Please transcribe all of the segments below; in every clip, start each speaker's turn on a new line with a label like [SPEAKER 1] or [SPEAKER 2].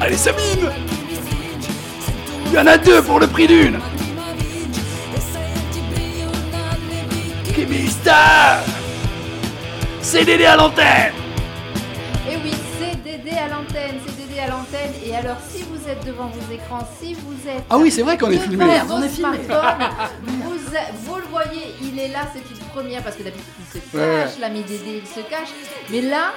[SPEAKER 1] Allez, Sabine Il y en a deux pour le prix d'une Kimista C'est Dédé à l'antenne
[SPEAKER 2] Et Eh oui, c'est Dédé à l'antenne, c'est Dédé à l'antenne. Et alors, si vous êtes devant vos écrans, si vous êtes.
[SPEAKER 1] Ah oui, c'est vrai qu'on est
[SPEAKER 2] devant
[SPEAKER 1] filmé.
[SPEAKER 3] Merde,
[SPEAKER 2] vos
[SPEAKER 3] on est filmé.
[SPEAKER 2] smartphones, vous, a- vous le voyez, il est là, c'est une première parce que d'habitude il se
[SPEAKER 1] Ouais, ouais.
[SPEAKER 2] cache, l'ami Dédé il se cache. Mais là,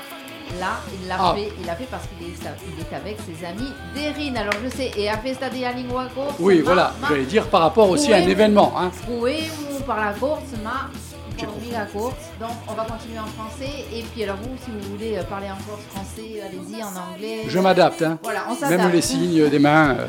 [SPEAKER 2] là, il l'a
[SPEAKER 1] Ah.
[SPEAKER 2] fait, il l'a fait parce qu'il est, il est avec ses amis d'Erin. Alors je sais, et a Festa de Alinguaco.
[SPEAKER 1] Oui, voilà, j'allais dire par rapport aussi à un
[SPEAKER 2] Oui.
[SPEAKER 1] événement. Hein.
[SPEAKER 2] Trouvez-vous par la course, ma
[SPEAKER 1] J'ai
[SPEAKER 2] envie la course. Donc on va continuer en français. Et puis alors vous, si vous voulez euh, parler en course français, allez-y en anglais.
[SPEAKER 1] Je m'adapte, hein.
[SPEAKER 2] Voilà, on s'adapte.
[SPEAKER 1] Même les signes des mains. euh.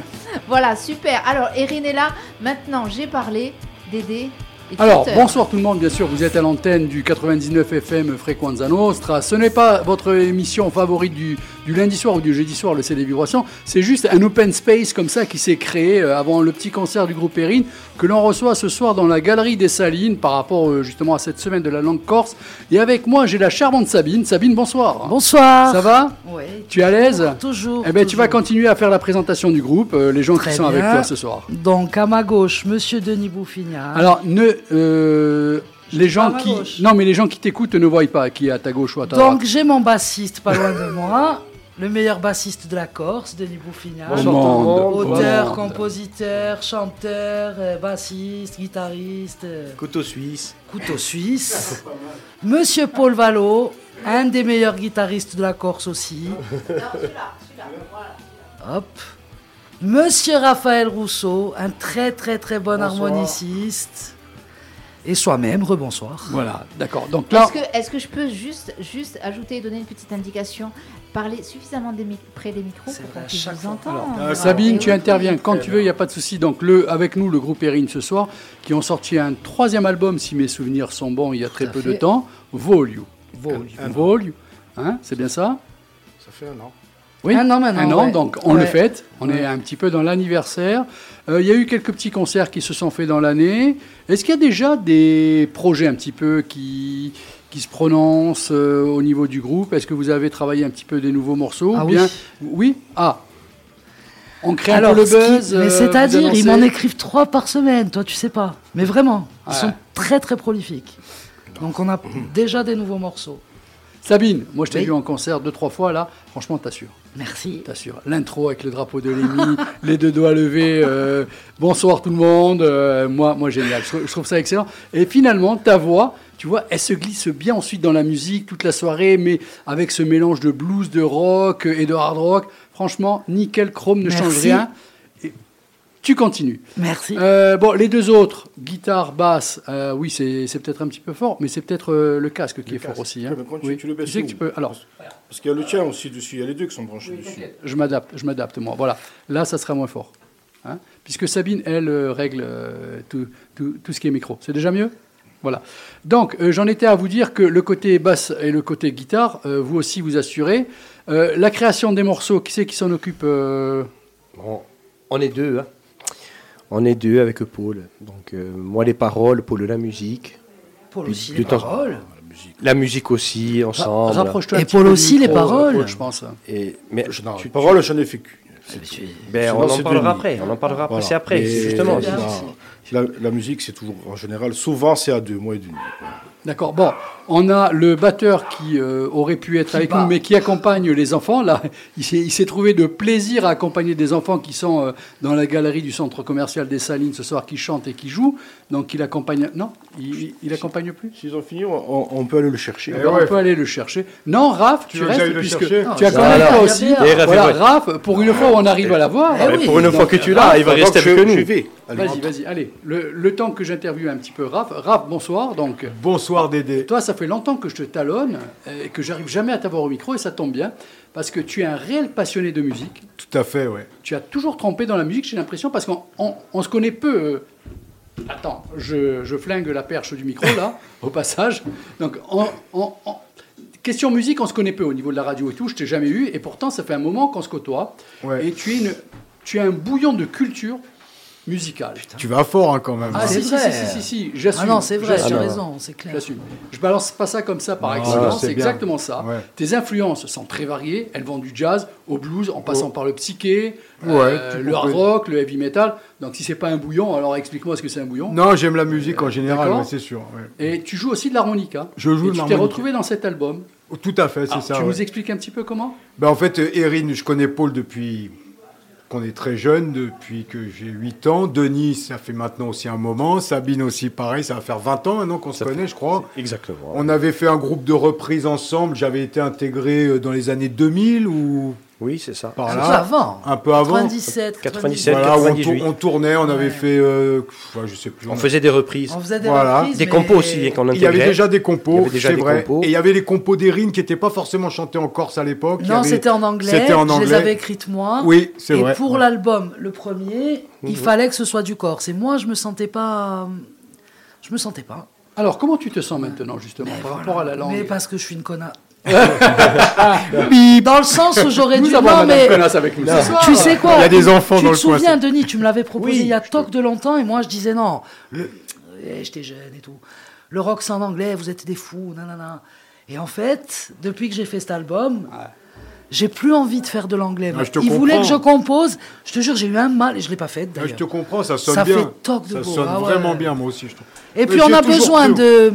[SPEAKER 2] Voilà, super. Alors Erin est là. Maintenant, j'ai parlé d'aider.
[SPEAKER 1] Alors, bonsoir tout le monde, bien sûr, vous êtes à l'antenne du 99 FM Frequenza Nostra. Ce n'est pas votre émission favorite du, du lundi soir ou du jeudi soir, le CD Vibration. C'est juste un open space comme ça qui s'est créé euh, avant le petit concert du groupe Erin que l'on reçoit ce soir dans la galerie des Salines par rapport euh, justement à cette semaine de la langue corse. Et avec moi, j'ai la charmante Sabine. Sabine, bonsoir.
[SPEAKER 3] Bonsoir.
[SPEAKER 1] Ça va
[SPEAKER 2] Ouais.
[SPEAKER 1] Tu es à l'aise
[SPEAKER 3] Toujours.
[SPEAKER 1] Eh bien, tu
[SPEAKER 3] toujours.
[SPEAKER 1] vas continuer à faire la présentation du groupe, euh, les gens
[SPEAKER 3] Très
[SPEAKER 1] qui sont avec
[SPEAKER 3] bien.
[SPEAKER 1] toi ce soir.
[SPEAKER 3] Donc, à ma gauche, monsieur Denis Bouffignard.
[SPEAKER 1] Ah. Alors, ne, euh, les gens
[SPEAKER 3] pas ma
[SPEAKER 1] qui,
[SPEAKER 3] gauche.
[SPEAKER 1] non mais les gens qui t'écoutent ne voient pas qui est à ta gauche ou à ta
[SPEAKER 3] Donc,
[SPEAKER 1] droite.
[SPEAKER 3] j'ai mon bassiste pas loin de moi, le meilleur bassiste de la Corse, Denis Bouffignard.
[SPEAKER 1] Bonsoir, monde,
[SPEAKER 3] Auteur,
[SPEAKER 1] monde.
[SPEAKER 3] compositeur, chanteur, euh, bassiste, guitariste, euh,
[SPEAKER 4] Couteau suisse.
[SPEAKER 3] couteau suisse. Monsieur Paul Valo, un des meilleurs guitaristes de la Corse aussi. Hop. Monsieur Raphaël Rousseau, un très très très bon harmoniciste. Et soi-même, rebonsoir.
[SPEAKER 1] Voilà, d'accord. Donc là,
[SPEAKER 2] Est-ce que, est-ce que je peux juste, juste ajouter et donner une petite indication Parler suffisamment des mi- près des micros
[SPEAKER 3] C'est
[SPEAKER 2] pour
[SPEAKER 3] vrai,
[SPEAKER 2] qu'on
[SPEAKER 3] à chaque
[SPEAKER 2] puisse vous
[SPEAKER 3] fois.
[SPEAKER 2] entendre.
[SPEAKER 4] Alors, euh,
[SPEAKER 1] Sabine,
[SPEAKER 2] Et
[SPEAKER 1] tu
[SPEAKER 2] oui.
[SPEAKER 1] interviens quand tu veux, il n'y a pas de souci. Donc le, avec nous, le groupe Erin ce soir, qui ont sorti un troisième album, si mes souvenirs sont bons, il y a très
[SPEAKER 3] à
[SPEAKER 1] peu
[SPEAKER 3] fait.
[SPEAKER 1] de temps, Voliou.
[SPEAKER 4] Un- un-
[SPEAKER 1] Voliou, hein, c'est bien ça
[SPEAKER 4] Ça fait un an.
[SPEAKER 1] Oui,
[SPEAKER 3] Un an maintenant,
[SPEAKER 1] Un an,
[SPEAKER 3] ouais.
[SPEAKER 1] donc on le
[SPEAKER 3] Ouais.
[SPEAKER 1] fête. On est un petit peu dans l'anniversaire. Euh, Il y a eu quelques petits concerts qui se sont faits dans l'année. Est-ce qu'il y a déjà des projets un petit peu qui, qui se prononcent euh, au niveau du groupe Est-ce que vous avez travaillé un petit peu des nouveaux morceaux
[SPEAKER 3] Ah
[SPEAKER 1] ou
[SPEAKER 3] oui.
[SPEAKER 1] bien... oui. Ah On crée
[SPEAKER 3] Alors,
[SPEAKER 1] un peu le
[SPEAKER 3] ce qui-
[SPEAKER 1] buzz. euh,
[SPEAKER 3] mais
[SPEAKER 1] vous
[SPEAKER 3] c'est-à-dire, ils
[SPEAKER 1] annoncez
[SPEAKER 3] m'en écrivent trois par semaine, toi tu sais pas. Mais vraiment, ils
[SPEAKER 1] Ouais.
[SPEAKER 3] sont très très prolifiques. Donc on a déjà des nouveaux morceaux.
[SPEAKER 1] Sabine, moi je t'ai
[SPEAKER 3] Oui.
[SPEAKER 1] vu en concert deux, trois fois là. Franchement, t'assures.
[SPEAKER 3] Merci.
[SPEAKER 1] T'assures. L'intro avec le drapeau de l'EMI, les deux doigts levés, euh, bonsoir tout le monde. euh, moi, moi, génial. Je, trou- je trouve ça excellent. Et finalement, ta voix, tu vois, elle se glisse bien ensuite dans la musique toute la soirée, mais avec ce mélange de blues, de rock et de hard rock. Franchement, nickel, chrome ne change
[SPEAKER 3] Merci.
[SPEAKER 1] rien. Et tu continues.
[SPEAKER 3] Merci.
[SPEAKER 1] Euh, bon, les deux autres, guitare, basse, euh, oui, c'est c'est peut-être un petit peu fort, mais c'est peut-être euh, le casque qui
[SPEAKER 4] Le
[SPEAKER 1] est fort
[SPEAKER 4] casque.
[SPEAKER 1] aussi. hein.
[SPEAKER 4] Ouais, mais quand tu-
[SPEAKER 1] Oui.
[SPEAKER 4] tu le baisses
[SPEAKER 1] sais que
[SPEAKER 4] où
[SPEAKER 1] tu peux. Alors,
[SPEAKER 4] Parce qu'il y a le tien aussi dessus, il y a les deux qui sont branchés dessus.
[SPEAKER 1] je m'adapte, je m'adapte moi. Voilà, là, ça sera moins fort. Hein Puisque Sabine, elle, euh, règle euh, tout, tout- tout ce qui est micro. C'est déjà mieux Voilà. Donc, euh, j'en étais à vous dire que le côté basse et le côté guitare, euh, vous aussi, vous assurez. Euh, la création des morceaux, qui c'est qui s'en occupe euh,
[SPEAKER 5] On, on est deux. hein. On est deux avec Paul. Donc, euh, moi, les paroles, Paul, la musique.
[SPEAKER 3] Paul
[SPEAKER 5] Puis,
[SPEAKER 3] aussi
[SPEAKER 5] de
[SPEAKER 3] les
[SPEAKER 5] temps-
[SPEAKER 3] paroles.
[SPEAKER 5] La musique aussi, ensemble.
[SPEAKER 1] Rapproche-toi un
[SPEAKER 3] Et
[SPEAKER 1] petit
[SPEAKER 3] Paul
[SPEAKER 1] peu du
[SPEAKER 3] aussi, les
[SPEAKER 1] micro, euh,
[SPEAKER 3] paroles.
[SPEAKER 1] Paul, je pense.
[SPEAKER 5] Et, mais
[SPEAKER 4] Non,
[SPEAKER 5] tu-
[SPEAKER 4] parole, j'en ai fait que- c'est tout.
[SPEAKER 5] ben,
[SPEAKER 4] Sinon,
[SPEAKER 5] on en
[SPEAKER 4] c'est
[SPEAKER 5] parlera
[SPEAKER 4] Denis.
[SPEAKER 5] après. On en
[SPEAKER 6] Ah,
[SPEAKER 5] parlera après.
[SPEAKER 4] Voilà.
[SPEAKER 5] C'est après,
[SPEAKER 4] Mais-
[SPEAKER 5] c'est justement.
[SPEAKER 3] bien.
[SPEAKER 4] Non, La, la musique, c'est toujours en général. Souvent, c'est à deux, moi et Denis.
[SPEAKER 1] D'accord. Bon, on a le batteur qui euh, aurait pu être avec
[SPEAKER 3] bat.
[SPEAKER 1] nous, mais qui accompagne les enfants. Là, il s'est il s'est trouvé de plaisir à accompagner des enfants qui sont euh, dans la galerie du centre commercial des Salines ce soir, qui chantent et qui jouent. Donc, il accompagne. Non, il, il- il accompagne plus.
[SPEAKER 4] S'ils ont fini, on, on peut aller le chercher.
[SPEAKER 1] Alors, Ben, on peut aller le chercher. Non, Raph, tu,
[SPEAKER 4] Eh veux que
[SPEAKER 1] restes
[SPEAKER 4] j'aille le
[SPEAKER 1] puisque
[SPEAKER 4] chercher
[SPEAKER 1] tu as
[SPEAKER 5] Ça
[SPEAKER 1] quand
[SPEAKER 5] va,
[SPEAKER 1] même
[SPEAKER 5] alors.
[SPEAKER 1] toi aussi.
[SPEAKER 3] Eh,
[SPEAKER 5] Raph,
[SPEAKER 1] voilà,
[SPEAKER 5] ouais.
[SPEAKER 1] Raph, pour une fois, on arrive à la voir. Ah
[SPEAKER 3] Eh oui.
[SPEAKER 5] Pour une fois que tu l'as, il va
[SPEAKER 4] Pendant
[SPEAKER 5] rester
[SPEAKER 4] que
[SPEAKER 5] avec
[SPEAKER 4] je-
[SPEAKER 5] nous.
[SPEAKER 4] Je vais. Allez,
[SPEAKER 1] euh, Vas-y, vas-y. Allez, le, le temps que j'interviewe un petit peu Raph. Raph, bonsoir. Donc,
[SPEAKER 7] Bonsoir Dédé.
[SPEAKER 1] Toi, ça fait longtemps que je te talonne euh, et que j'arrive jamais à t'avoir au micro et ça tombe bien parce que tu es un réel passionné de musique.
[SPEAKER 7] Tout à fait, ouais.
[SPEAKER 1] Tu as toujours trempé dans la musique, j'ai l'impression, parce qu'on on- on se connaît peu. euh. Attends, je, je flingue la perche du micro là, au passage. Donc, on- on- on- question musique, on se connaît peu au niveau de la radio et tout. Je t'ai jamais eu et pourtant, ça fait un moment qu'on se côtoie.
[SPEAKER 7] Ouais.
[SPEAKER 1] Et tu es une, tu as un bouillon de culture musicale.
[SPEAKER 7] Tu vas fort hein, quand même.
[SPEAKER 1] Ah,
[SPEAKER 7] hein.
[SPEAKER 1] si,
[SPEAKER 3] c'est
[SPEAKER 1] si,
[SPEAKER 3] vrai.
[SPEAKER 1] si, si, si, si,
[SPEAKER 3] Ah
[SPEAKER 1] j'assume.
[SPEAKER 3] non, c'est vrai, tu
[SPEAKER 1] j'assume.
[SPEAKER 3] as raison, c'est clair.
[SPEAKER 1] J'assume. Je balance pas ça comme ça par
[SPEAKER 7] Non,
[SPEAKER 1] accident,
[SPEAKER 7] c'est
[SPEAKER 1] c'est
[SPEAKER 7] bien.
[SPEAKER 1] exactement ça.
[SPEAKER 7] Ouais.
[SPEAKER 1] Tes influences sont très variées, elles vont du jazz au blues en passant par le psyché, euh,
[SPEAKER 7] Ouais, tu
[SPEAKER 1] le hard
[SPEAKER 7] comprends.
[SPEAKER 1] rock, le heavy metal. Donc si c'est pas un bouillon, alors explique-moi ce que c'est un bouillon.
[SPEAKER 7] Non, j'aime la musique en général,
[SPEAKER 1] D'accord.
[SPEAKER 7] ouais, c'est sûr. ouais.
[SPEAKER 1] Et tu joues aussi de l'harmonica. Et
[SPEAKER 7] Je joue de
[SPEAKER 1] Tu t'es
[SPEAKER 7] l'harmonica.
[SPEAKER 1] retrouvé dans cet album.
[SPEAKER 7] Tout à fait, c'est
[SPEAKER 1] Alors,
[SPEAKER 7] ça.
[SPEAKER 1] tu
[SPEAKER 7] ouais.
[SPEAKER 1] nous expliques un petit peu comment
[SPEAKER 7] Ben, en fait, euh, Erin, je connais Paul depuis qu'on est très jeune, depuis que j'ai 8 ans. Denis, ça fait maintenant aussi un moment. Sabine aussi, pareil, ça va faire 20 ans maintenant qu'on se connaît, je crois.
[SPEAKER 5] Exactement.
[SPEAKER 7] On avait fait un groupe de reprises ensemble. J'avais été intégré euh, dans les années 2000 ou
[SPEAKER 5] Oui, c'est ça.
[SPEAKER 7] par
[SPEAKER 3] C'est
[SPEAKER 7] Ah, là.
[SPEAKER 3] Ah, avant.
[SPEAKER 7] Un peu avant.
[SPEAKER 3] 97,
[SPEAKER 5] 97.
[SPEAKER 7] Voilà, où on, tour-
[SPEAKER 5] 98.
[SPEAKER 7] on tournait, on avait
[SPEAKER 3] Ouais.
[SPEAKER 7] fait. euh, pff, ouais, je sais plus.
[SPEAKER 5] On faisait des reprises.
[SPEAKER 3] On faisait des
[SPEAKER 7] Voilà.
[SPEAKER 3] reprises,
[SPEAKER 5] Des
[SPEAKER 3] mais-
[SPEAKER 5] compos aussi, et qu'on
[SPEAKER 7] Il y
[SPEAKER 5] intégrait.
[SPEAKER 7] avait déjà des
[SPEAKER 5] Il y
[SPEAKER 7] compos,
[SPEAKER 5] avait déjà
[SPEAKER 7] c'est
[SPEAKER 5] des
[SPEAKER 7] vrai.
[SPEAKER 5] compos.
[SPEAKER 7] Et il y avait les compos d'Erin qui n'étaient pas forcément chantés en Corse à l'époque. Il y
[SPEAKER 3] Non,
[SPEAKER 7] avait-
[SPEAKER 3] c'était en anglais.
[SPEAKER 7] C'était en
[SPEAKER 3] Je les
[SPEAKER 7] anglais.
[SPEAKER 3] avais écrites moi.
[SPEAKER 7] Oui, c'est
[SPEAKER 3] Et
[SPEAKER 7] vrai.
[SPEAKER 3] pour
[SPEAKER 7] Ouais.
[SPEAKER 3] l'album, le premier, il
[SPEAKER 5] Mhm.
[SPEAKER 3] fallait que ce soit du corps. Et moi, je me sentais pas. Je me sentais pas.
[SPEAKER 1] Alors comment tu te sens maintenant justement
[SPEAKER 3] Mais
[SPEAKER 1] par
[SPEAKER 3] voilà.
[SPEAKER 1] rapport à Ah, la
[SPEAKER 3] Mais
[SPEAKER 1] langue
[SPEAKER 3] parce que je suis une connasse. Dans le sens où j'aurais dû.
[SPEAKER 1] Nous avons
[SPEAKER 3] Non,
[SPEAKER 1] Madame
[SPEAKER 3] mais.
[SPEAKER 1] Connasse avec nous ce soir.
[SPEAKER 3] Tu sais quoi
[SPEAKER 7] Il y a des
[SPEAKER 3] tu-
[SPEAKER 7] enfants
[SPEAKER 3] tu
[SPEAKER 7] dans
[SPEAKER 3] te
[SPEAKER 7] le coin,
[SPEAKER 3] souviens,
[SPEAKER 7] c'est-
[SPEAKER 3] Denis, tu me l'avais proposé
[SPEAKER 5] Oui,
[SPEAKER 3] il y a
[SPEAKER 5] je
[SPEAKER 3] toc de longtemps et moi je disais non. Le- eh, J'étais jeune et tout. Le rock c'est en anglais, vous êtes des fous, nanana. Et en fait, depuis que j'ai fait cet album, j'ai plus envie de faire de l'anglais.
[SPEAKER 7] Ah,
[SPEAKER 3] moi.
[SPEAKER 7] je te
[SPEAKER 3] Ils voulaient que je
[SPEAKER 7] comprends.
[SPEAKER 3] compose. Je te jure, j'ai eu un mal et je l'ai pas fait
[SPEAKER 7] Ah, je
[SPEAKER 3] d'ailleurs.
[SPEAKER 7] te comprends, ça sonne
[SPEAKER 3] Ça
[SPEAKER 7] bien.
[SPEAKER 3] fait toc de
[SPEAKER 7] ça
[SPEAKER 3] beau,
[SPEAKER 7] sonne
[SPEAKER 3] ah ouais.
[SPEAKER 7] vraiment bien, moi aussi, je trouve.
[SPEAKER 3] Et puis
[SPEAKER 7] Mais
[SPEAKER 3] on
[SPEAKER 7] j'ai
[SPEAKER 3] a
[SPEAKER 7] toujours
[SPEAKER 3] besoin
[SPEAKER 7] cru.
[SPEAKER 3] de.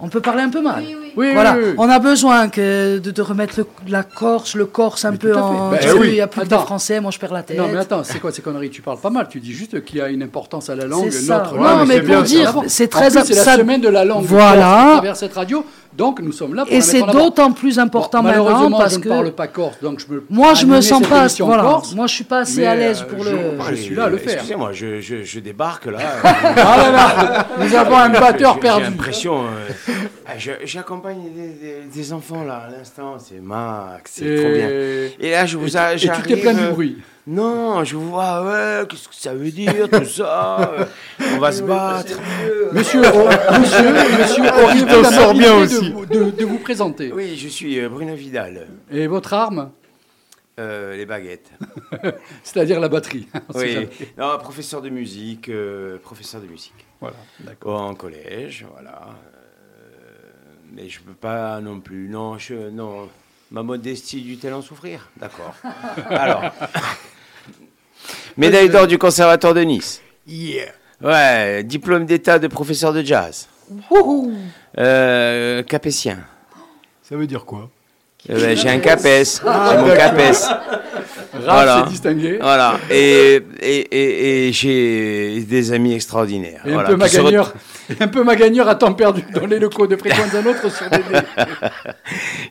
[SPEAKER 3] On peut parler un peu mal.
[SPEAKER 2] Oui, oui.
[SPEAKER 1] Oui,
[SPEAKER 3] Voilà,
[SPEAKER 1] oui, oui.
[SPEAKER 3] on a besoin que de, de remettre le, la Corse, le Corse un peu
[SPEAKER 1] tout à fait.
[SPEAKER 3] en.
[SPEAKER 1] Ben
[SPEAKER 3] tu sais,
[SPEAKER 7] oui.
[SPEAKER 3] Il y a plus de
[SPEAKER 1] Attends.
[SPEAKER 3] français, moi je perds la tête.
[SPEAKER 1] Non mais attends, c'est quoi ces conneries Tu parles pas mal, tu dis juste qu'il y a une importance à la langue,
[SPEAKER 3] C'est ça.
[SPEAKER 1] notre
[SPEAKER 7] Ouais,
[SPEAKER 1] langue.
[SPEAKER 3] non, mais,
[SPEAKER 7] mais c'est
[SPEAKER 3] pour
[SPEAKER 7] bien, ça.
[SPEAKER 3] dire, c'est
[SPEAKER 1] En
[SPEAKER 3] très
[SPEAKER 1] plus, c'est la
[SPEAKER 3] ça-
[SPEAKER 1] semaine de la langue
[SPEAKER 3] Voilà.
[SPEAKER 1] corse à travers cette radio, donc nous sommes là pour
[SPEAKER 3] Et
[SPEAKER 1] la
[SPEAKER 3] c'est
[SPEAKER 1] mettre en avant.
[SPEAKER 3] d'autant plus important
[SPEAKER 1] Bon,
[SPEAKER 3] maintenant
[SPEAKER 1] malheureusement,
[SPEAKER 3] parce
[SPEAKER 1] je
[SPEAKER 3] que
[SPEAKER 1] ne parle pas corse, donc je me
[SPEAKER 3] moi je me
[SPEAKER 1] animer
[SPEAKER 3] sens
[SPEAKER 1] cette
[SPEAKER 3] pas.
[SPEAKER 1] émission
[SPEAKER 3] Voilà,
[SPEAKER 1] corse,
[SPEAKER 3] moi je suis pas assez
[SPEAKER 1] mais,
[SPEAKER 3] à l'aise
[SPEAKER 1] euh,
[SPEAKER 3] pour
[SPEAKER 1] je-
[SPEAKER 3] le.
[SPEAKER 1] je suis là à le faire.
[SPEAKER 6] Excusez-moi, je, je- je débarque là.
[SPEAKER 1] Ah là là, nous avons un batteur
[SPEAKER 6] J'ai- J'ai
[SPEAKER 1] perdu.
[SPEAKER 6] l'impression. euh, ah, je- J'accompagne des, des- des enfants là à l'instant, c'est Max, c'est trop bien.
[SPEAKER 1] Et...
[SPEAKER 6] Et là, je vous a-
[SPEAKER 1] et tu t'es
[SPEAKER 6] j'arrive,
[SPEAKER 1] plaint du
[SPEAKER 6] euh,
[SPEAKER 1] bruit.
[SPEAKER 6] Non, je vous vois, ouais, qu'est-ce que ça veut dire tout ça euh, On va se battre.
[SPEAKER 1] Monsieur, oh, monsieur, monsieur, auriez-vous
[SPEAKER 7] t'en sors
[SPEAKER 1] l'amabilité
[SPEAKER 7] bien
[SPEAKER 1] de
[SPEAKER 7] aussi.
[SPEAKER 1] vous- De, de vous présenter.
[SPEAKER 6] Oui, je suis euh, Bruno Vidal,
[SPEAKER 1] Et votre arme,
[SPEAKER 6] euh, les baguettes.
[SPEAKER 1] c'est-à-dire la batterie. On sait
[SPEAKER 6] Oui,
[SPEAKER 1] jamais.
[SPEAKER 6] non, professeur de musique, euh, professeur de musique.
[SPEAKER 1] Voilà, d'accord.
[SPEAKER 6] En collège, voilà. Euh, mais je peux pas non plus. Non, je, non. Ma modestie du-t-elle en souffrir D'accord. Alors. Médaille d'or du Conservatoire de Nice. Ouais, diplôme d'état de professeur de jazz. Euh, capétien.
[SPEAKER 7] Ça veut dire quoi
[SPEAKER 6] Euh, ben, j'ai un capes.
[SPEAKER 1] Ah,
[SPEAKER 6] j'ai mon capes.
[SPEAKER 1] Raph
[SPEAKER 6] Voilà.
[SPEAKER 1] s'est distingué.
[SPEAKER 6] Voilà. Et, et, et, et j'ai des amis extraordinaires.
[SPEAKER 1] Et
[SPEAKER 6] voilà,
[SPEAKER 1] un peu
[SPEAKER 6] qui se re-
[SPEAKER 1] magagneur, un peu magagneur à temps perdu dans les locaux de fréquence d'un autre sur des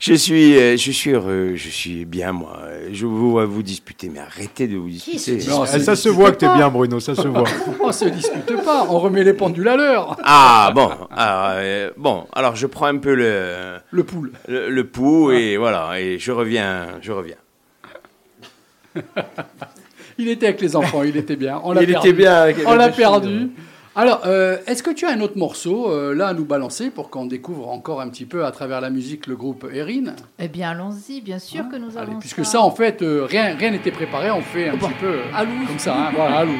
[SPEAKER 6] Je suis, euh, je suis heureux, je suis bien moi. Je vous vois vous disputer, mais arrêtez de vous disputer.
[SPEAKER 1] Non,
[SPEAKER 7] Eh,
[SPEAKER 1] c'est-
[SPEAKER 7] Ça se voit que t'es bien, Bruno, ça se voit.
[SPEAKER 1] Ah, on se discute pas, on remet les pendules à l'heure.
[SPEAKER 6] Ah bon, alors, euh, bon. Alors je prends un peu le
[SPEAKER 1] Le poule.
[SPEAKER 6] le, le pouls et voilà et je reviens, je reviens.
[SPEAKER 1] Il était avec les enfants, il était bien. On l'a
[SPEAKER 5] Il
[SPEAKER 1] perdu.
[SPEAKER 5] était bien avec
[SPEAKER 1] On
[SPEAKER 5] avec
[SPEAKER 1] l'a
[SPEAKER 5] les filles,
[SPEAKER 1] perdu. Alors, euh, est-ce que tu as un autre morceau euh, là à nous balancer pour qu'on découvre encore un petit peu à travers la musique le groupe Erin
[SPEAKER 2] Eh bien, allons-y, bien
[SPEAKER 3] Hein
[SPEAKER 2] sûr que nous
[SPEAKER 1] Allez,
[SPEAKER 2] allons.
[SPEAKER 1] Puisque ça, en fait, euh, rien rien n'était préparé, on fait un petit peu euh,
[SPEAKER 2] à Louz.
[SPEAKER 1] comme ça. hein, voilà, à Louz.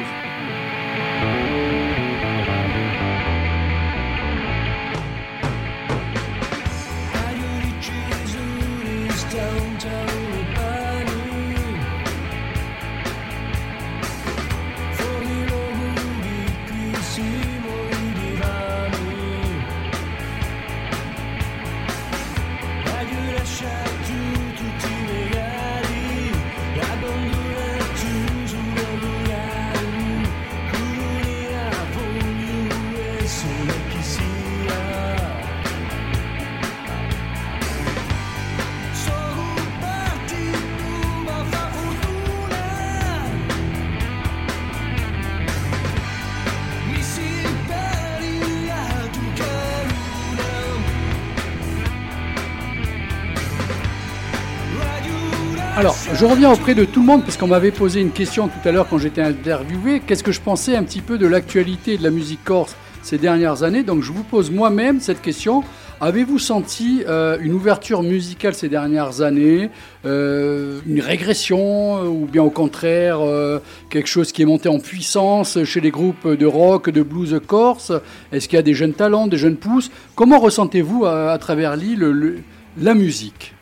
[SPEAKER 1] Alors, je reviens auprès de tout le monde parce qu'on m'avait posé une question tout à l'heure quand j'étais interviewé. Qu'est-ce que je pensais un petit peu de l'actualité de la musique corse ces dernières années Donc, je vous pose moi-même cette question Avez-vous senti euh, une ouverture musicale ces dernières années, euh, une régression, euh, ou bien au contraire euh, quelque chose qui est monté en puissance chez les groupes de rock, de blues corse Est-ce qu'il y a des jeunes talents, des jeunes pousses Comment ressentez-vous euh, à, à travers l'île le- la musique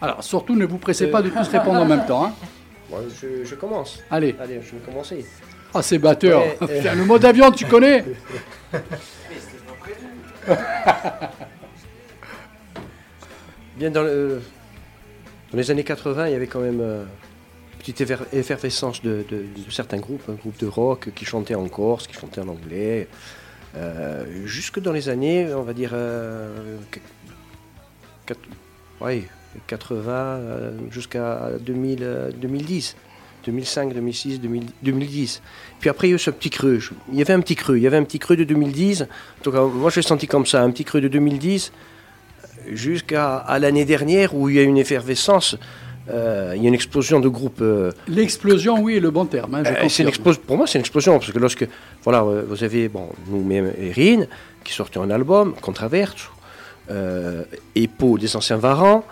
[SPEAKER 1] Alors surtout, ne vous pressez pas de tous répondre en même temps. hein.
[SPEAKER 5] Ouais, je, je commence.
[SPEAKER 1] Allez,
[SPEAKER 5] Allez, je vais commencer.
[SPEAKER 1] ah c'est batteur.
[SPEAKER 5] Ouais, euh.
[SPEAKER 1] Putain, Le mot d'avion, tu connais
[SPEAKER 5] Bien dans, le- dans les années 80, il y avait quand même euh, une petite effer- effervescence de, de- de certains groupes, un groupe de rock qui chantait en corse, qui chantait en anglais. Euh, jusque dans les années, on va dire, euh, qu- quat- ouais, 80 euh, jusqu'à 2000, euh, 2010. 2005, 2006, 2000 2010. Puis après, il y a eu ce petit creux. Je- Il y avait un petit creux. Il y avait un petit creux de 2010. Donc, euh, moi, je l'ai senti comme ça. Un petit creux de 2010 jusqu'à à l'année dernière où il y a une effervescence, euh, il y a une explosion de groupes. euh,
[SPEAKER 1] L'explosion, oui, est le bon terme. hein, je
[SPEAKER 5] euh, c'est une
[SPEAKER 1] confirme.
[SPEAKER 5] explos- pour moi, c'est une explosion parce que lorsque voilà, euh, vous avez bon, nous-mêmes Erin qui sortait un album, Contraverse, euh, Epo des anciens Varans.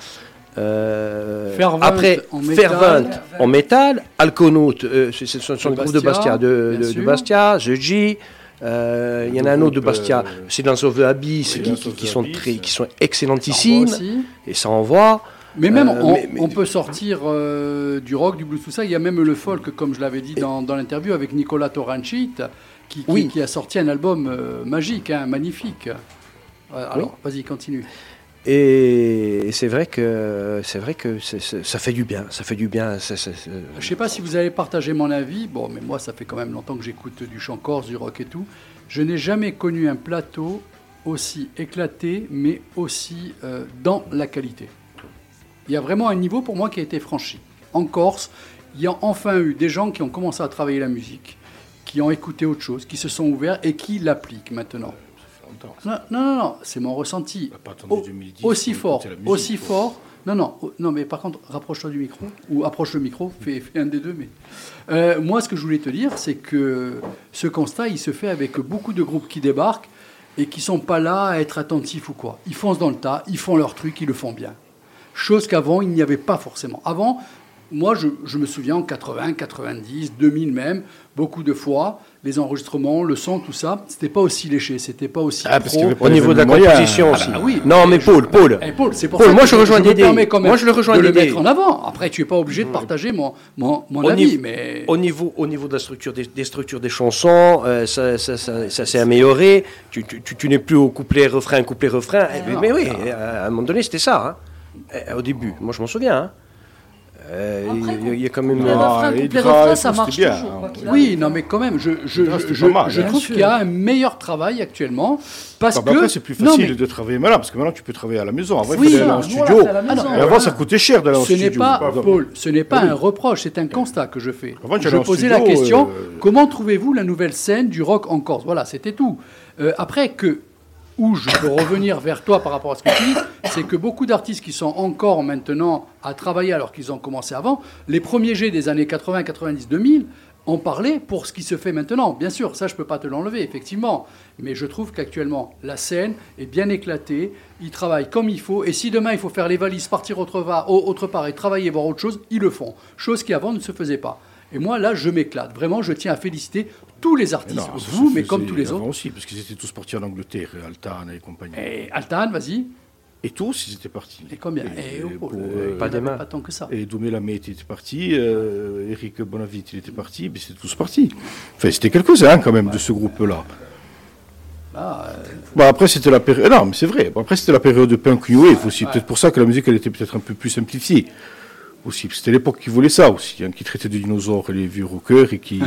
[SPEAKER 5] euh,
[SPEAKER 1] Fervent
[SPEAKER 5] après,
[SPEAKER 1] en métal.
[SPEAKER 5] Fervent en métal, Alconaut, euh, c'est- c'est- ce sont
[SPEAKER 1] De
[SPEAKER 5] des groupes de
[SPEAKER 1] Bastia,
[SPEAKER 5] Bastia, de,
[SPEAKER 1] bien
[SPEAKER 5] de- de
[SPEAKER 1] sûr.
[SPEAKER 5] Bastia, The G, euh, il y en a un autre de
[SPEAKER 4] Groupe, euh,
[SPEAKER 5] Bastia, c'est dans of the Abyss,
[SPEAKER 4] oui,
[SPEAKER 5] qui,
[SPEAKER 4] Sons
[SPEAKER 5] qui-
[SPEAKER 4] of
[SPEAKER 5] qui
[SPEAKER 4] the
[SPEAKER 5] sont
[SPEAKER 4] Abyss.
[SPEAKER 5] très, qui sont
[SPEAKER 1] Parfois
[SPEAKER 5] excellentissimes
[SPEAKER 1] aussi.
[SPEAKER 5] et ça envoie.
[SPEAKER 1] Mais même,
[SPEAKER 5] Euh,
[SPEAKER 1] on,
[SPEAKER 5] mais- mais-
[SPEAKER 1] on peut sortir euh, du rock, du blues, tout ça. Il y a même le folk, comme je l'avais dit dans, dans l'interview avec Nicolas Torrancit, qui, qui-
[SPEAKER 5] Oui.
[SPEAKER 1] qui a sorti un album euh, magique, hein, magnifique. Euh, Alors, vas-y, continue.
[SPEAKER 5] Et, et c'est vrai que c'est vrai que c'est- c'est- ça fait du bien, ça fait du bien. c'est- c'est- c'est-
[SPEAKER 1] Je sais pas si vous allez partager mon avis. Bon, mais moi, ça fait quand même longtemps que j'écoute du chant corse, du rock et tout. Je n'ai jamais connu un plateau aussi éclaté, mais aussi euh, dans la qualité. Il y a vraiment un niveau pour moi qui a été franchi. En Corse, il y a enfin eu des gens qui ont commencé à travailler la musique, qui ont écouté autre chose, qui se sont ouverts et qui l'appliquent maintenant. Non, non, non, non, c'est mon ressenti.
[SPEAKER 4] On n'a pas attendu
[SPEAKER 1] Au-
[SPEAKER 4] 2010
[SPEAKER 1] aussi
[SPEAKER 4] pour
[SPEAKER 1] fort,
[SPEAKER 4] écouter la musique,
[SPEAKER 1] aussi
[SPEAKER 4] quoi.
[SPEAKER 1] fort. Non, non, oh, non, mais par contre, rapproche-toi du micro ou approche le micro, fais, fais un des deux. Mais Euh, moi, ce que je voulais te dire, c'est que ce constat, il se fait avec beaucoup de groupes qui débarquent et qui sont pas là à être attentifs ou quoi. Ils foncent dans le tas, ils font leur truc, ils le font bien. Chose qu'avant, il n'y avait pas forcément. Avant, moi, je, je me souviens en 80, 90, 2000 même, beaucoup de fois, les enregistrements, le son, tout ça, c'était pas aussi léché, c'était pas aussi
[SPEAKER 4] Ah, parce
[SPEAKER 1] pro.
[SPEAKER 4] qu'il y avait pas
[SPEAKER 5] Au
[SPEAKER 4] les
[SPEAKER 5] niveau de la
[SPEAKER 4] mêmes moyens.
[SPEAKER 5] composition
[SPEAKER 4] Ah
[SPEAKER 5] aussi.
[SPEAKER 1] bah oui.
[SPEAKER 5] Non, mais Paul, Paul.
[SPEAKER 1] Eh, Paul, c'est pour
[SPEAKER 5] Paul,
[SPEAKER 1] ça
[SPEAKER 5] moi,
[SPEAKER 1] que
[SPEAKER 5] je rejoins
[SPEAKER 1] me
[SPEAKER 5] Dédé.
[SPEAKER 1] permets quand même
[SPEAKER 5] Moi, je le rejoins
[SPEAKER 1] de le
[SPEAKER 5] Dédé.
[SPEAKER 1] mettre en avant. Après, tu n'es pas obligé de partager mon, mon, mon
[SPEAKER 5] Au
[SPEAKER 1] avis,
[SPEAKER 5] niveau-
[SPEAKER 1] mais...
[SPEAKER 5] Au niveau, au niveau de la structure des, des structures des chansons, euh, ça, ça- ça- ça s'est amélioré. Tu, tu- tu- tu n'es plus au couplet refrain, couplet refrain. Eh, mais,
[SPEAKER 1] non.
[SPEAKER 5] mais oui, à un moment donné, c'était ça. hein. Eh, Au début, moi je m'en souviens. hein. Euh, Il
[SPEAKER 3] Après,
[SPEAKER 5] y a- il y, a quand même.
[SPEAKER 3] Les
[SPEAKER 4] Non,
[SPEAKER 3] refrains,
[SPEAKER 4] les
[SPEAKER 3] couplets,
[SPEAKER 4] draps,
[SPEAKER 3] refrains,
[SPEAKER 4] Ah, et
[SPEAKER 3] ça
[SPEAKER 4] tout,
[SPEAKER 3] marche
[SPEAKER 4] c'était bien,
[SPEAKER 3] toujours, quoi
[SPEAKER 4] hein.
[SPEAKER 3] qu'il
[SPEAKER 1] Oui,
[SPEAKER 3] arrive.
[SPEAKER 1] non, mais quand même, je, je,
[SPEAKER 4] Ah,
[SPEAKER 1] je,
[SPEAKER 4] c'était pas mal,
[SPEAKER 1] je
[SPEAKER 4] hein.
[SPEAKER 1] trouve
[SPEAKER 3] Bien
[SPEAKER 1] qu'il y a
[SPEAKER 3] sûr.
[SPEAKER 1] un meilleur travail actuellement, parce
[SPEAKER 4] Ah bah
[SPEAKER 1] que...
[SPEAKER 4] après, c'est plus
[SPEAKER 1] Non,
[SPEAKER 4] facile
[SPEAKER 1] mais
[SPEAKER 4] de travailler maintenant, parce que maintenant, tu peux travailler à la maison. Avant,
[SPEAKER 1] Oui,
[SPEAKER 4] il fallait aller en
[SPEAKER 1] voilà,
[SPEAKER 4] studio.
[SPEAKER 3] c'est à la maison.
[SPEAKER 4] Et avant, ça coûtait cher d'aller en
[SPEAKER 1] ce
[SPEAKER 4] studio.
[SPEAKER 1] n'est pas,
[SPEAKER 4] par exemple.
[SPEAKER 1] Paul, ce n'est pas
[SPEAKER 4] Oui.
[SPEAKER 1] un reproche, c'est un constat que je fais.
[SPEAKER 4] Avant, tu
[SPEAKER 1] je
[SPEAKER 4] allais en
[SPEAKER 1] posais
[SPEAKER 4] studio,
[SPEAKER 1] la question,
[SPEAKER 4] euh,
[SPEAKER 1] comment trouvez-vous la nouvelle scène du rock en Corse Voilà, c'était tout. Euh, après que, où je peux revenir vers toi par rapport à ce que tu dis, c'est que beaucoup d'artistes qui sont encore maintenant à travailler alors qu'ils ont commencé avant, les premiers jets des années 80, 90, 2000 en parlaient pour ce qui se fait maintenant. Bien sûr, ça je ne peux pas te l'enlever, effectivement. Mais je trouve qu'actuellement, la scène est bien éclatée, ils travaillent comme il faut, et si demain il faut faire les valises, partir autre, va- au- autre part et travailler, voir autre chose, ils le font. Chose qui avant ne se faisait pas. Et moi, là, je m'éclate. Vraiment, je tiens à féliciter tous les
[SPEAKER 4] Mais
[SPEAKER 1] artistes,
[SPEAKER 4] non, ça se
[SPEAKER 1] vous, mais
[SPEAKER 4] faisait
[SPEAKER 1] comme tous les
[SPEAKER 4] avant
[SPEAKER 1] autres.
[SPEAKER 4] aussi, parce qu'ils étaient tous partis en Angleterre, Altan et compagnie.
[SPEAKER 1] Et Altan, vas-y.
[SPEAKER 4] Et tous, ils étaient partis.
[SPEAKER 1] Et combien
[SPEAKER 4] Et,
[SPEAKER 1] Eh, oh,
[SPEAKER 4] pour,
[SPEAKER 1] euh, il y en
[SPEAKER 4] euh,
[SPEAKER 5] pas des
[SPEAKER 1] avait
[SPEAKER 5] mains.
[SPEAKER 1] Pas tant que ça.
[SPEAKER 4] et Doumé Lamé était parti, euh, Eric Bonavit il était parti, mais c'était tous partis. Enfin, c'était quelques-uns quand même de ce groupe-là.
[SPEAKER 1] Ah, euh,
[SPEAKER 4] Bah, après, c'était la période. Non, mais c'est vrai. Bah, Après, c'était la période de punk new wave aussi. Peut-être pour ça que la musique, elle était peut-être un peu plus simplifiée. Aussi, Puis c'était l'époque qui voulait ça aussi, hein, qui traitait de dinosaures et les vieux rockers et qui.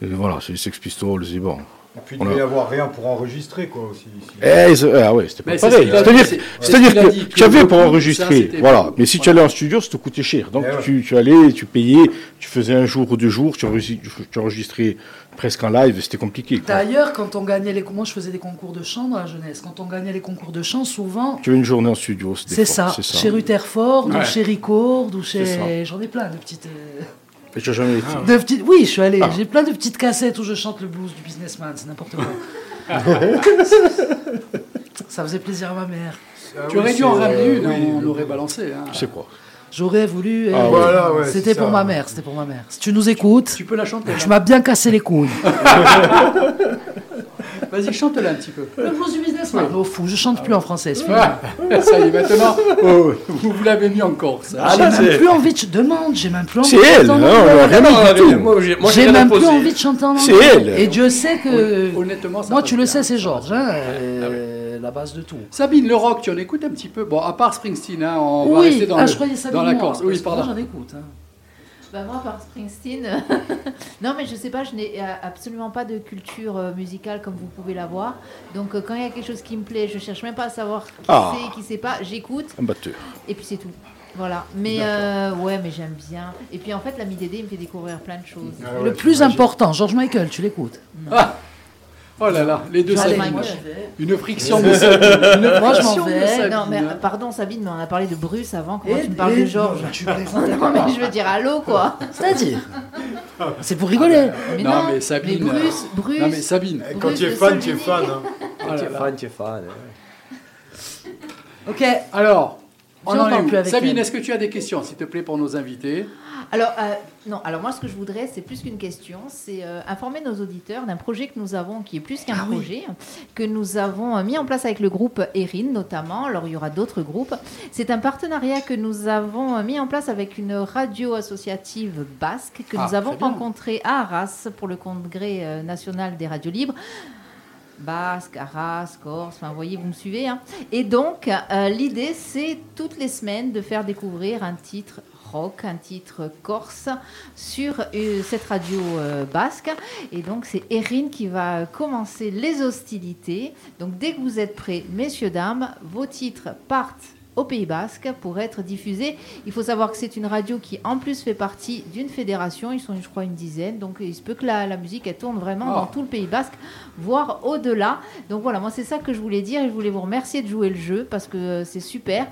[SPEAKER 4] et voilà, c'est les Sex Pistols et bon.
[SPEAKER 7] Et puis, il
[SPEAKER 4] On a-
[SPEAKER 7] devait y avoir rien pour enregistrer, quoi, aussi. ici.
[SPEAKER 4] Eh, c'est- ah ouais, c'était pas
[SPEAKER 1] Mais c'est
[SPEAKER 4] pareil.
[SPEAKER 1] ce qu'il a dit,
[SPEAKER 4] C'est-à-dire
[SPEAKER 1] c'est- c'est
[SPEAKER 4] c'est-à-dire
[SPEAKER 1] ce qu'il a dit,
[SPEAKER 4] que
[SPEAKER 1] que
[SPEAKER 4] tu avais
[SPEAKER 1] le
[SPEAKER 4] pour
[SPEAKER 1] coup, ça,
[SPEAKER 4] enregistrer,
[SPEAKER 1] c'était-
[SPEAKER 4] voilà. Mais si tu allais en studio, ça te coûtait cher. Donc
[SPEAKER 7] Eh ouais.
[SPEAKER 4] tu, tu allais, tu payais, tu faisais un jour ou deux jours, tu, enregist- tu enregistrais presque en live, c'était compliqué. quoi.
[SPEAKER 3] D'ailleurs, quand on gagnait les concours, moi je faisais des concours de chant dans la jeunesse. Quand on gagnait les concours de chant, souvent,
[SPEAKER 4] Tu avais une journée en studio, c'était
[SPEAKER 3] c'est
[SPEAKER 4] fort,
[SPEAKER 3] ça. Chez Rutherford, ou chez Ricord, ou
[SPEAKER 4] C'est
[SPEAKER 3] chez.
[SPEAKER 4] ça.
[SPEAKER 3] J'en ai plein de petites. euh,
[SPEAKER 4] Et tu as jamais été.
[SPEAKER 3] De petites... Oui, je suis allé. J'ai plein de petites cassettes où je chante le blues du businessman, c'est n'importe quoi. Ça faisait plaisir à ma mère.
[SPEAKER 1] Tu aurais dû en ramener une, on l'aurait balancé. hein.
[SPEAKER 4] euh, Je sais pas.
[SPEAKER 3] J'aurais voulu. euh,
[SPEAKER 7] voilà, ouais,
[SPEAKER 3] c'était
[SPEAKER 7] c'est
[SPEAKER 3] pour
[SPEAKER 7] ça.
[SPEAKER 3] ma mère, c'était pour ma mère. Si tu nous écoutes,
[SPEAKER 1] Tu peux la chanter.
[SPEAKER 3] tu
[SPEAKER 1] hein.
[SPEAKER 3] m'as bien cassé les couilles.
[SPEAKER 1] hein. Vas-y, chante-la un petit peu.
[SPEAKER 3] Le blues du businessman. Au Oh, fou, je chante plus en français. c'est fini.
[SPEAKER 1] Ah, ça y est, maintenant, Oh, vous, vous l'avez mis en Corse. hein.
[SPEAKER 3] j'ai même plus envie de ch- demande, j'ai même plus envie
[SPEAKER 4] C'est elle, hein,
[SPEAKER 3] d'entendre.
[SPEAKER 4] on a rien
[SPEAKER 6] Ah,
[SPEAKER 4] dit du tout.
[SPEAKER 6] moi, j'ai- moi, j'ai
[SPEAKER 3] J'ai
[SPEAKER 6] rien
[SPEAKER 3] même plus
[SPEAKER 6] opposé.
[SPEAKER 3] envie de chanter en anglais.
[SPEAKER 4] C'est elle.
[SPEAKER 3] Et Dieu sait que.
[SPEAKER 1] Honnêtement, ça
[SPEAKER 3] Moi,
[SPEAKER 1] passe
[SPEAKER 3] tu le
[SPEAKER 1] bien. Ah
[SPEAKER 3] sais, c'est Georges. hein, euh, La base de tout.
[SPEAKER 1] Sabine, le rock, tu en écoutes un petit peu Bon, à part Springsteen, hein, on va
[SPEAKER 3] oui,
[SPEAKER 1] rester dans,
[SPEAKER 3] ah,
[SPEAKER 1] le-
[SPEAKER 3] je croyais ça
[SPEAKER 1] dans
[SPEAKER 3] de
[SPEAKER 1] la
[SPEAKER 3] moi,
[SPEAKER 1] Corse. Oui,
[SPEAKER 3] parce que moi,
[SPEAKER 1] pardon.
[SPEAKER 3] J'en écoute. hein.
[SPEAKER 2] Bah moi par Springsteen. non mais je sais pas, je n'ai euh, absolument pas de culture euh, musicale comme vous pouvez l'avoir. Donc euh, quand il y a quelque chose qui me plaît, je cherche même pas à savoir qui
[SPEAKER 4] Ah.
[SPEAKER 2] c'est, qui c'est pas, j'écoute
[SPEAKER 4] Un batteur.
[SPEAKER 2] et puis c'est tout. Voilà. Mais euh, ouais, mais j'aime bien. Et puis en fait, l'ami Dédé il me fait découvrir plein de choses.
[SPEAKER 3] le plus important, Georges Michael, tu l'écoutes.
[SPEAKER 1] Ah Oh là là, les deux
[SPEAKER 2] George
[SPEAKER 1] Sabines.
[SPEAKER 2] Michael.
[SPEAKER 1] Une friction de Sabine. Une
[SPEAKER 3] Moi, je
[SPEAKER 1] friction
[SPEAKER 3] m'en
[SPEAKER 1] de
[SPEAKER 3] vais.
[SPEAKER 1] Sabine.
[SPEAKER 2] non mais euh, pardon Sabine, mais on a parlé de Bruce avant. Comment
[SPEAKER 3] Et-
[SPEAKER 2] tu me parles
[SPEAKER 3] et-
[SPEAKER 2] de Georges
[SPEAKER 3] non, tu plaisantes.
[SPEAKER 2] Non mais je veux dire allô quoi.
[SPEAKER 3] C'est-à-dire C'est pour rigoler.
[SPEAKER 2] Mais
[SPEAKER 1] Non,
[SPEAKER 2] non,
[SPEAKER 1] mais Sabine,
[SPEAKER 2] mais Bruce,
[SPEAKER 1] euh,
[SPEAKER 2] Bruce.
[SPEAKER 1] Non, mais Sabine.
[SPEAKER 7] Quand
[SPEAKER 2] Bruce,
[SPEAKER 7] tu es
[SPEAKER 2] le
[SPEAKER 7] fan,
[SPEAKER 2] seul
[SPEAKER 7] tu es
[SPEAKER 2] unique.
[SPEAKER 7] fan. hein.
[SPEAKER 1] Oh là
[SPEAKER 5] T'es
[SPEAKER 1] là.
[SPEAKER 5] fan, t'es fan. hein.
[SPEAKER 3] Ok.
[SPEAKER 1] Alors, on
[SPEAKER 3] J'en
[SPEAKER 1] en est
[SPEAKER 3] parle
[SPEAKER 1] où
[SPEAKER 3] plus avec
[SPEAKER 1] Sabine,
[SPEAKER 3] elle.
[SPEAKER 1] est-ce que tu as des questions, s'il te plaît, pour nos invités
[SPEAKER 2] Alors, euh, non, alors moi, ce que je voudrais, c'est plus qu'une question, c'est euh, informer nos auditeurs d'un projet que nous avons, qui est plus
[SPEAKER 1] Ah
[SPEAKER 2] qu'un projet, que nous avons euh, mis en place avec le groupe Erin, notamment. Alors, il y aura d'autres groupes. C'est un partenariat que nous avons euh, mis en place avec une radio associative basque que
[SPEAKER 1] Ah,
[SPEAKER 2] nous avons
[SPEAKER 1] c'est bien.
[SPEAKER 2] rencontrée à Arras pour le congrès euh, national des radios libres. Basque, Arras, Corse, enfin, vous voyez, vous me suivez. hein. Et donc, euh, l'idée, c'est toutes les semaines de faire découvrir un titre rock, un titre corse sur euh, cette radio euh, basque. Et donc, c'est Erin qui va commencer les hostilités. Donc, dès que vous êtes prêts, messieurs, dames, vos titres partent au Pays Basque pour être diffusés. Il faut savoir que c'est une radio qui en plus fait partie d'une fédération, ils sont je crois une dizaine, donc il se peut que la, la musique elle tourne vraiment
[SPEAKER 1] Oh.
[SPEAKER 2] dans tout le Pays Basque, voire au-delà. Donc voilà, moi c'est ça que je voulais dire et je voulais vous remercier de jouer le jeu parce que euh, c'est super.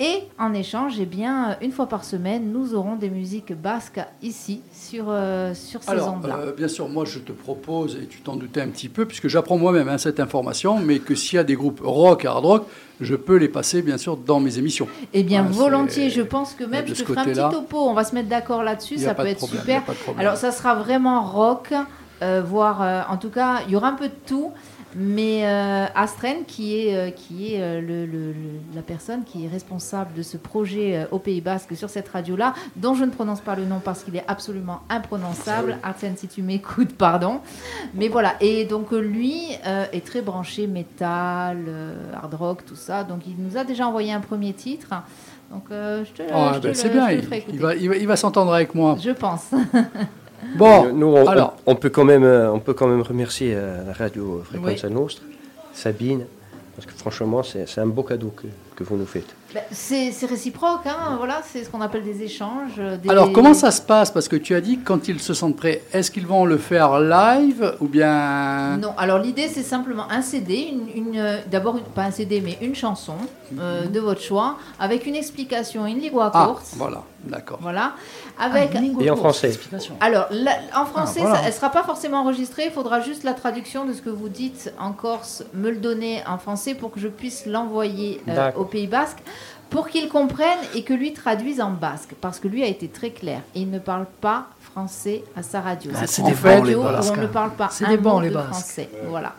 [SPEAKER 2] Et en échange, eh bien, une fois par semaine, nous aurons des musiques basques ici, sur, euh, sur ces
[SPEAKER 1] Alors,
[SPEAKER 2] ondes-là.
[SPEAKER 1] euh, bien sûr, moi je te propose, et tu t'en doutais un petit peu, puisque j'apprends moi-même hein, cette information, mais que s'il y a des groupes rock, hard rock, je peux les passer, bien sûr, dans mes émissions.
[SPEAKER 2] Eh bien,
[SPEAKER 1] Ouais, ah, c'est-
[SPEAKER 2] volontiers, je pense que même,
[SPEAKER 1] de
[SPEAKER 2] je
[SPEAKER 1] ce
[SPEAKER 2] te ferai un
[SPEAKER 1] côté-là,
[SPEAKER 2] petit topo, on va se mettre d'accord là-dessus,
[SPEAKER 1] y a
[SPEAKER 2] ça
[SPEAKER 1] pas
[SPEAKER 2] peut
[SPEAKER 1] de
[SPEAKER 2] être
[SPEAKER 1] problème, y a
[SPEAKER 2] super.
[SPEAKER 1] pas de problème.
[SPEAKER 2] Alors, ça sera vraiment rock, euh, voire, euh, en tout cas, il y aura un peu de tout, mais euh, Astren, qui est, euh, qui est euh, le- le- le- la personne qui est responsable de ce projet euh, au Pays Basque sur cette radio-là, dont je ne prononce pas le nom parce qu'il est absolument imprononçable,
[SPEAKER 1] Ah
[SPEAKER 2] Astren, si tu m'écoutes, pardon. Mais voilà, et donc euh, lui euh, est très branché métal, euh, hard rock, tout ça. Donc il nous a déjà envoyé un premier titre. Donc euh, je te,
[SPEAKER 1] Ah,
[SPEAKER 2] je te
[SPEAKER 1] ben,
[SPEAKER 2] le-
[SPEAKER 1] c'est
[SPEAKER 2] je
[SPEAKER 1] bien,
[SPEAKER 2] te le
[SPEAKER 1] il,
[SPEAKER 2] ferai écouter.
[SPEAKER 1] il va, il va- il va s'entendre avec moi.
[SPEAKER 2] Je pense.
[SPEAKER 1] Bon,
[SPEAKER 5] Nous, on,
[SPEAKER 1] alors,
[SPEAKER 5] on- on peut quand même, euh, on peut quand même remercier euh, la radio Fréquence Nostre, Sabine, parce que franchement, c'est c'est un beau cadeau que, que vous nous faites.
[SPEAKER 2] Ben, c'est c'est réciproque, hein, voilà, c'est ce qu'on appelle des échanges. euh, des-
[SPEAKER 1] alors comment ça se passe Parce que tu as dit que quand ils se sentent prêts, est-ce qu'ils vont le faire live ou bien...
[SPEAKER 2] Non, alors l'idée c'est simplement un CD, une, une, euh, d'abord une- pas un CD mais une chanson euh, de votre choix avec une explication, une lingua
[SPEAKER 1] Ah,
[SPEAKER 2] courte,
[SPEAKER 1] voilà, d'accord.
[SPEAKER 2] voilà, avec
[SPEAKER 5] Et en français.
[SPEAKER 2] Alors, la- en français,
[SPEAKER 3] Ah, voilà.
[SPEAKER 2] ça- elle sera pas forcément enregistrée. Il faudra juste la traduction de ce que vous dites en Corse, me le donner en français pour que je puisse l'envoyer euh,
[SPEAKER 5] D'accord.
[SPEAKER 2] au Pays Basque pour qu'il comprenne et que lui traduise en basque. Parce que lui a été très clair. Et il ne parle pas français à sa radio.
[SPEAKER 3] Ah, c'est
[SPEAKER 2] une
[SPEAKER 3] des bons, les
[SPEAKER 2] radio où
[SPEAKER 3] Basques,
[SPEAKER 2] on ne
[SPEAKER 3] hein.
[SPEAKER 2] parle pas
[SPEAKER 3] C'est
[SPEAKER 2] un
[SPEAKER 3] des bons,
[SPEAKER 2] mot
[SPEAKER 3] les
[SPEAKER 2] de
[SPEAKER 3] Basques.
[SPEAKER 2] français. Voilà.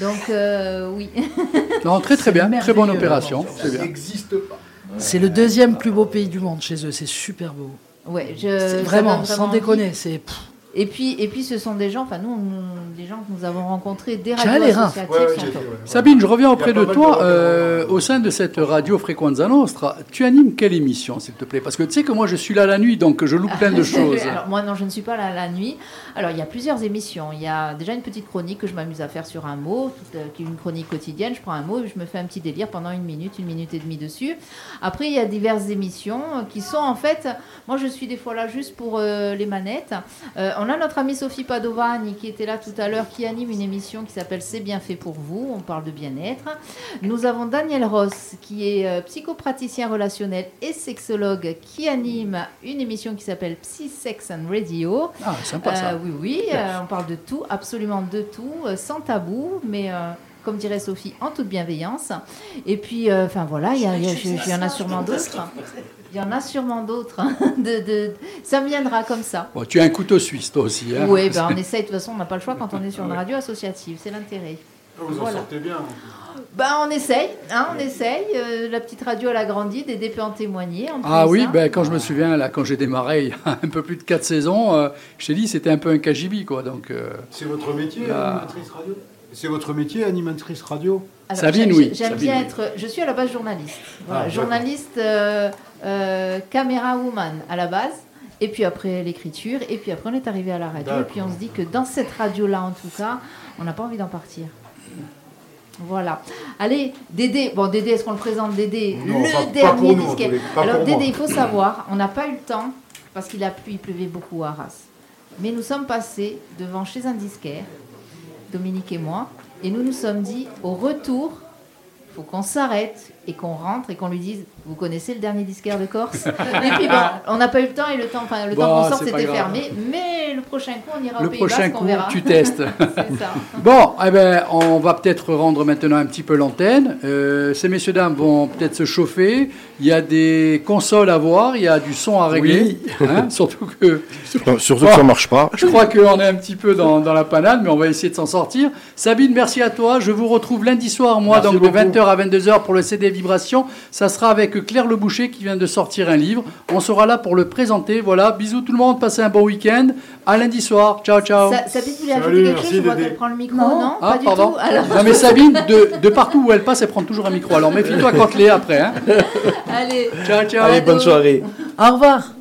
[SPEAKER 2] Donc, euh, oui.
[SPEAKER 1] Non, très très bien, très bonne
[SPEAKER 3] merveilleux,
[SPEAKER 1] opération. C'est bien.
[SPEAKER 7] n'existe pas.
[SPEAKER 3] C'est le deuxième plus beau pays du monde chez eux. C'est super beau.
[SPEAKER 2] ouais, je,
[SPEAKER 1] Euh,
[SPEAKER 3] C'est
[SPEAKER 2] ça donne
[SPEAKER 3] vraiment, sans
[SPEAKER 2] envie.
[SPEAKER 3] déconner. C'est pff,
[SPEAKER 2] Et puis, et puis, ce sont des gens, enfin, nous, nous- des gens que nous avons rencontrés, des
[SPEAKER 3] Tiens,
[SPEAKER 2] radios
[SPEAKER 3] les reins.
[SPEAKER 2] associatives
[SPEAKER 7] Ouais, ouais,
[SPEAKER 2] sont
[SPEAKER 7] j'ai vu,
[SPEAKER 2] top.
[SPEAKER 7] ouais.
[SPEAKER 1] Sabine, je reviens auprès
[SPEAKER 7] Il y a
[SPEAKER 1] de
[SPEAKER 7] pas
[SPEAKER 1] toi.
[SPEAKER 7] mal de-
[SPEAKER 1] euh, au sein de cette radio Frequenza Nostra, tu animes quelle émission, s'il te plaît Parce que tu sais que moi, je suis là la nuit, donc je loupe plein de choses.
[SPEAKER 2] Alors, moi, non, je ne suis pas là la nuit. Alors, il y a plusieurs émissions. Il y a déjà une petite chronique que je m'amuse à faire sur un mot, toute, euh, qui est une chronique quotidienne. Je prends un mot et je me fais un petit délire pendant une minute, une minute et demie dessus. Après, il y a diverses émissions euh, qui sont en fait. Moi, je suis des fois là juste pour euh, les manettes. Euh, on a notre amie Sophie Padovani qui était là tout à l'heure, qui anime une émission qui s'appelle C'est bien fait pour vous. On parle de bien-être. Nous avons Daniel Ross, qui est euh, psychopraticien relationnel et sexologue, qui anime une émission qui s'appelle Psy Sex and Radio.
[SPEAKER 1] Ah, sympa ça.
[SPEAKER 2] Euh, oui, oui, euh, on parle de tout, absolument de tout, euh, sans tabou, mais euh, comme dirait Sophie, en toute bienveillance. Et puis, euh, enfin voilà, il y, a- il y a- il y en a sûrement d'autres. Il y en a sûrement d'autres. hein, de- de- ça me viendra comme ça.
[SPEAKER 1] Bon, tu as un couteau suisse, toi aussi. Hein
[SPEAKER 2] Oui, ben on essaye. De toute façon, on n'a pas le choix quand on est sur une radio associative. C'est l'intérêt.
[SPEAKER 7] Vous en
[SPEAKER 2] Voilà.
[SPEAKER 7] sortez bien. hein.
[SPEAKER 2] Ben, on essaye, hein, on essaye. Euh, la petite radio, elle a grandi. Dédé peut en témoigner. en
[SPEAKER 1] Ah
[SPEAKER 2] plus,
[SPEAKER 1] oui,
[SPEAKER 2] hein.
[SPEAKER 1] ben, quand je me souviens, là, quand j'ai démarré il y a un peu plus de 4 saisons, euh, je t'ai dit, c'était un peu un cagibi, quoi. Donc, euh,
[SPEAKER 7] C'est votre métier, animatrice radio C'est votre métier, animatrice radio
[SPEAKER 2] Alors,
[SPEAKER 1] Sabine,
[SPEAKER 2] j'ai-
[SPEAKER 1] oui,
[SPEAKER 2] j'ai- J'aime
[SPEAKER 1] Sabine,
[SPEAKER 2] bien
[SPEAKER 1] oui.
[SPEAKER 2] être. Je suis à la base journaliste. Voilà,
[SPEAKER 7] Ah, d'accord.
[SPEAKER 2] journaliste, euh, euh, caméra woman à la base. Et puis après l'écriture. Et puis après, on est arrivé à la radio. Et puis on se dit que dans cette radio-là, en tout cas, on n'a pas envie d'en partir. Voilà. Allez, Dédé. Bon, Dédé, est-ce qu'on le présente, Dédé
[SPEAKER 7] Non,
[SPEAKER 2] Le
[SPEAKER 7] pas- pas
[SPEAKER 2] dernier
[SPEAKER 7] pour nous, en
[SPEAKER 2] disquet.
[SPEAKER 7] tous les- pas
[SPEAKER 2] Alors,
[SPEAKER 7] pour
[SPEAKER 2] Dédé,
[SPEAKER 7] moi.
[SPEAKER 2] il faut savoir, on n'a pas eu le temps parce qu'il a plu, il pleuvait beaucoup à Arras. Mais nous sommes passés devant chez un disquaire, Dominique et moi, et nous nous sommes dit au retour, il faut qu'on s'arrête et qu'on rentre et qu'on lui dise Vous connaissez le dernier disquaire de Corse Et puis bon, on n'a pas eu le temps et le temps, enfin, le
[SPEAKER 1] Bon,
[SPEAKER 2] temps qu'on sorte
[SPEAKER 1] Bah, c'est pas
[SPEAKER 2] c'était
[SPEAKER 1] grave.
[SPEAKER 2] fermé, mais le prochain coup, on ira
[SPEAKER 1] le
[SPEAKER 2] au Pays
[SPEAKER 1] prochain
[SPEAKER 2] Basque, on
[SPEAKER 1] coup,
[SPEAKER 2] verra.
[SPEAKER 1] tu testes.
[SPEAKER 2] C'est ça.
[SPEAKER 1] Bon, eh ben, on va peut-être rendre maintenant un petit peu l'antenne. Euh, ces messieurs dames vont peut-être se chauffer. Il y a des consoles à voir, il y a du son à régler. Hein, surtout que
[SPEAKER 4] Non, surtout que ça marche pas.
[SPEAKER 1] je crois qu'on est un petit peu dans, dans la panade, mais on va essayer de s'en sortir. Sabine, merci à toi. Je vous retrouve lundi soir, moi,
[SPEAKER 7] Merci
[SPEAKER 1] donc
[SPEAKER 7] beaucoup.
[SPEAKER 1] de 20h à 22h pour le CD Vibration. Ça sera avec Claire Le Boucher qui vient de sortir un livre. On sera là pour le présenter. Voilà, bisous tout le monde, passez un bon week-end. À lundi soir. Ciao, ciao.
[SPEAKER 2] Sa- Sabine voulait
[SPEAKER 7] Salut,
[SPEAKER 2] ajouter quelque
[SPEAKER 7] merci,
[SPEAKER 2] chose, je vois
[SPEAKER 7] Dédé.
[SPEAKER 2] qu'elle prend le micro, non,
[SPEAKER 3] Non.
[SPEAKER 1] Ah,
[SPEAKER 2] Pas du
[SPEAKER 1] pardon.
[SPEAKER 2] tout. Alors,
[SPEAKER 1] Non, mais Sabine, de, de partout où elle passe, elle prend toujours un micro. Alors méfie-toi quand l'est après. Hein.
[SPEAKER 2] allez.
[SPEAKER 1] Ciao, ciao.
[SPEAKER 5] Allez, bonne soirée.
[SPEAKER 3] Au revoir.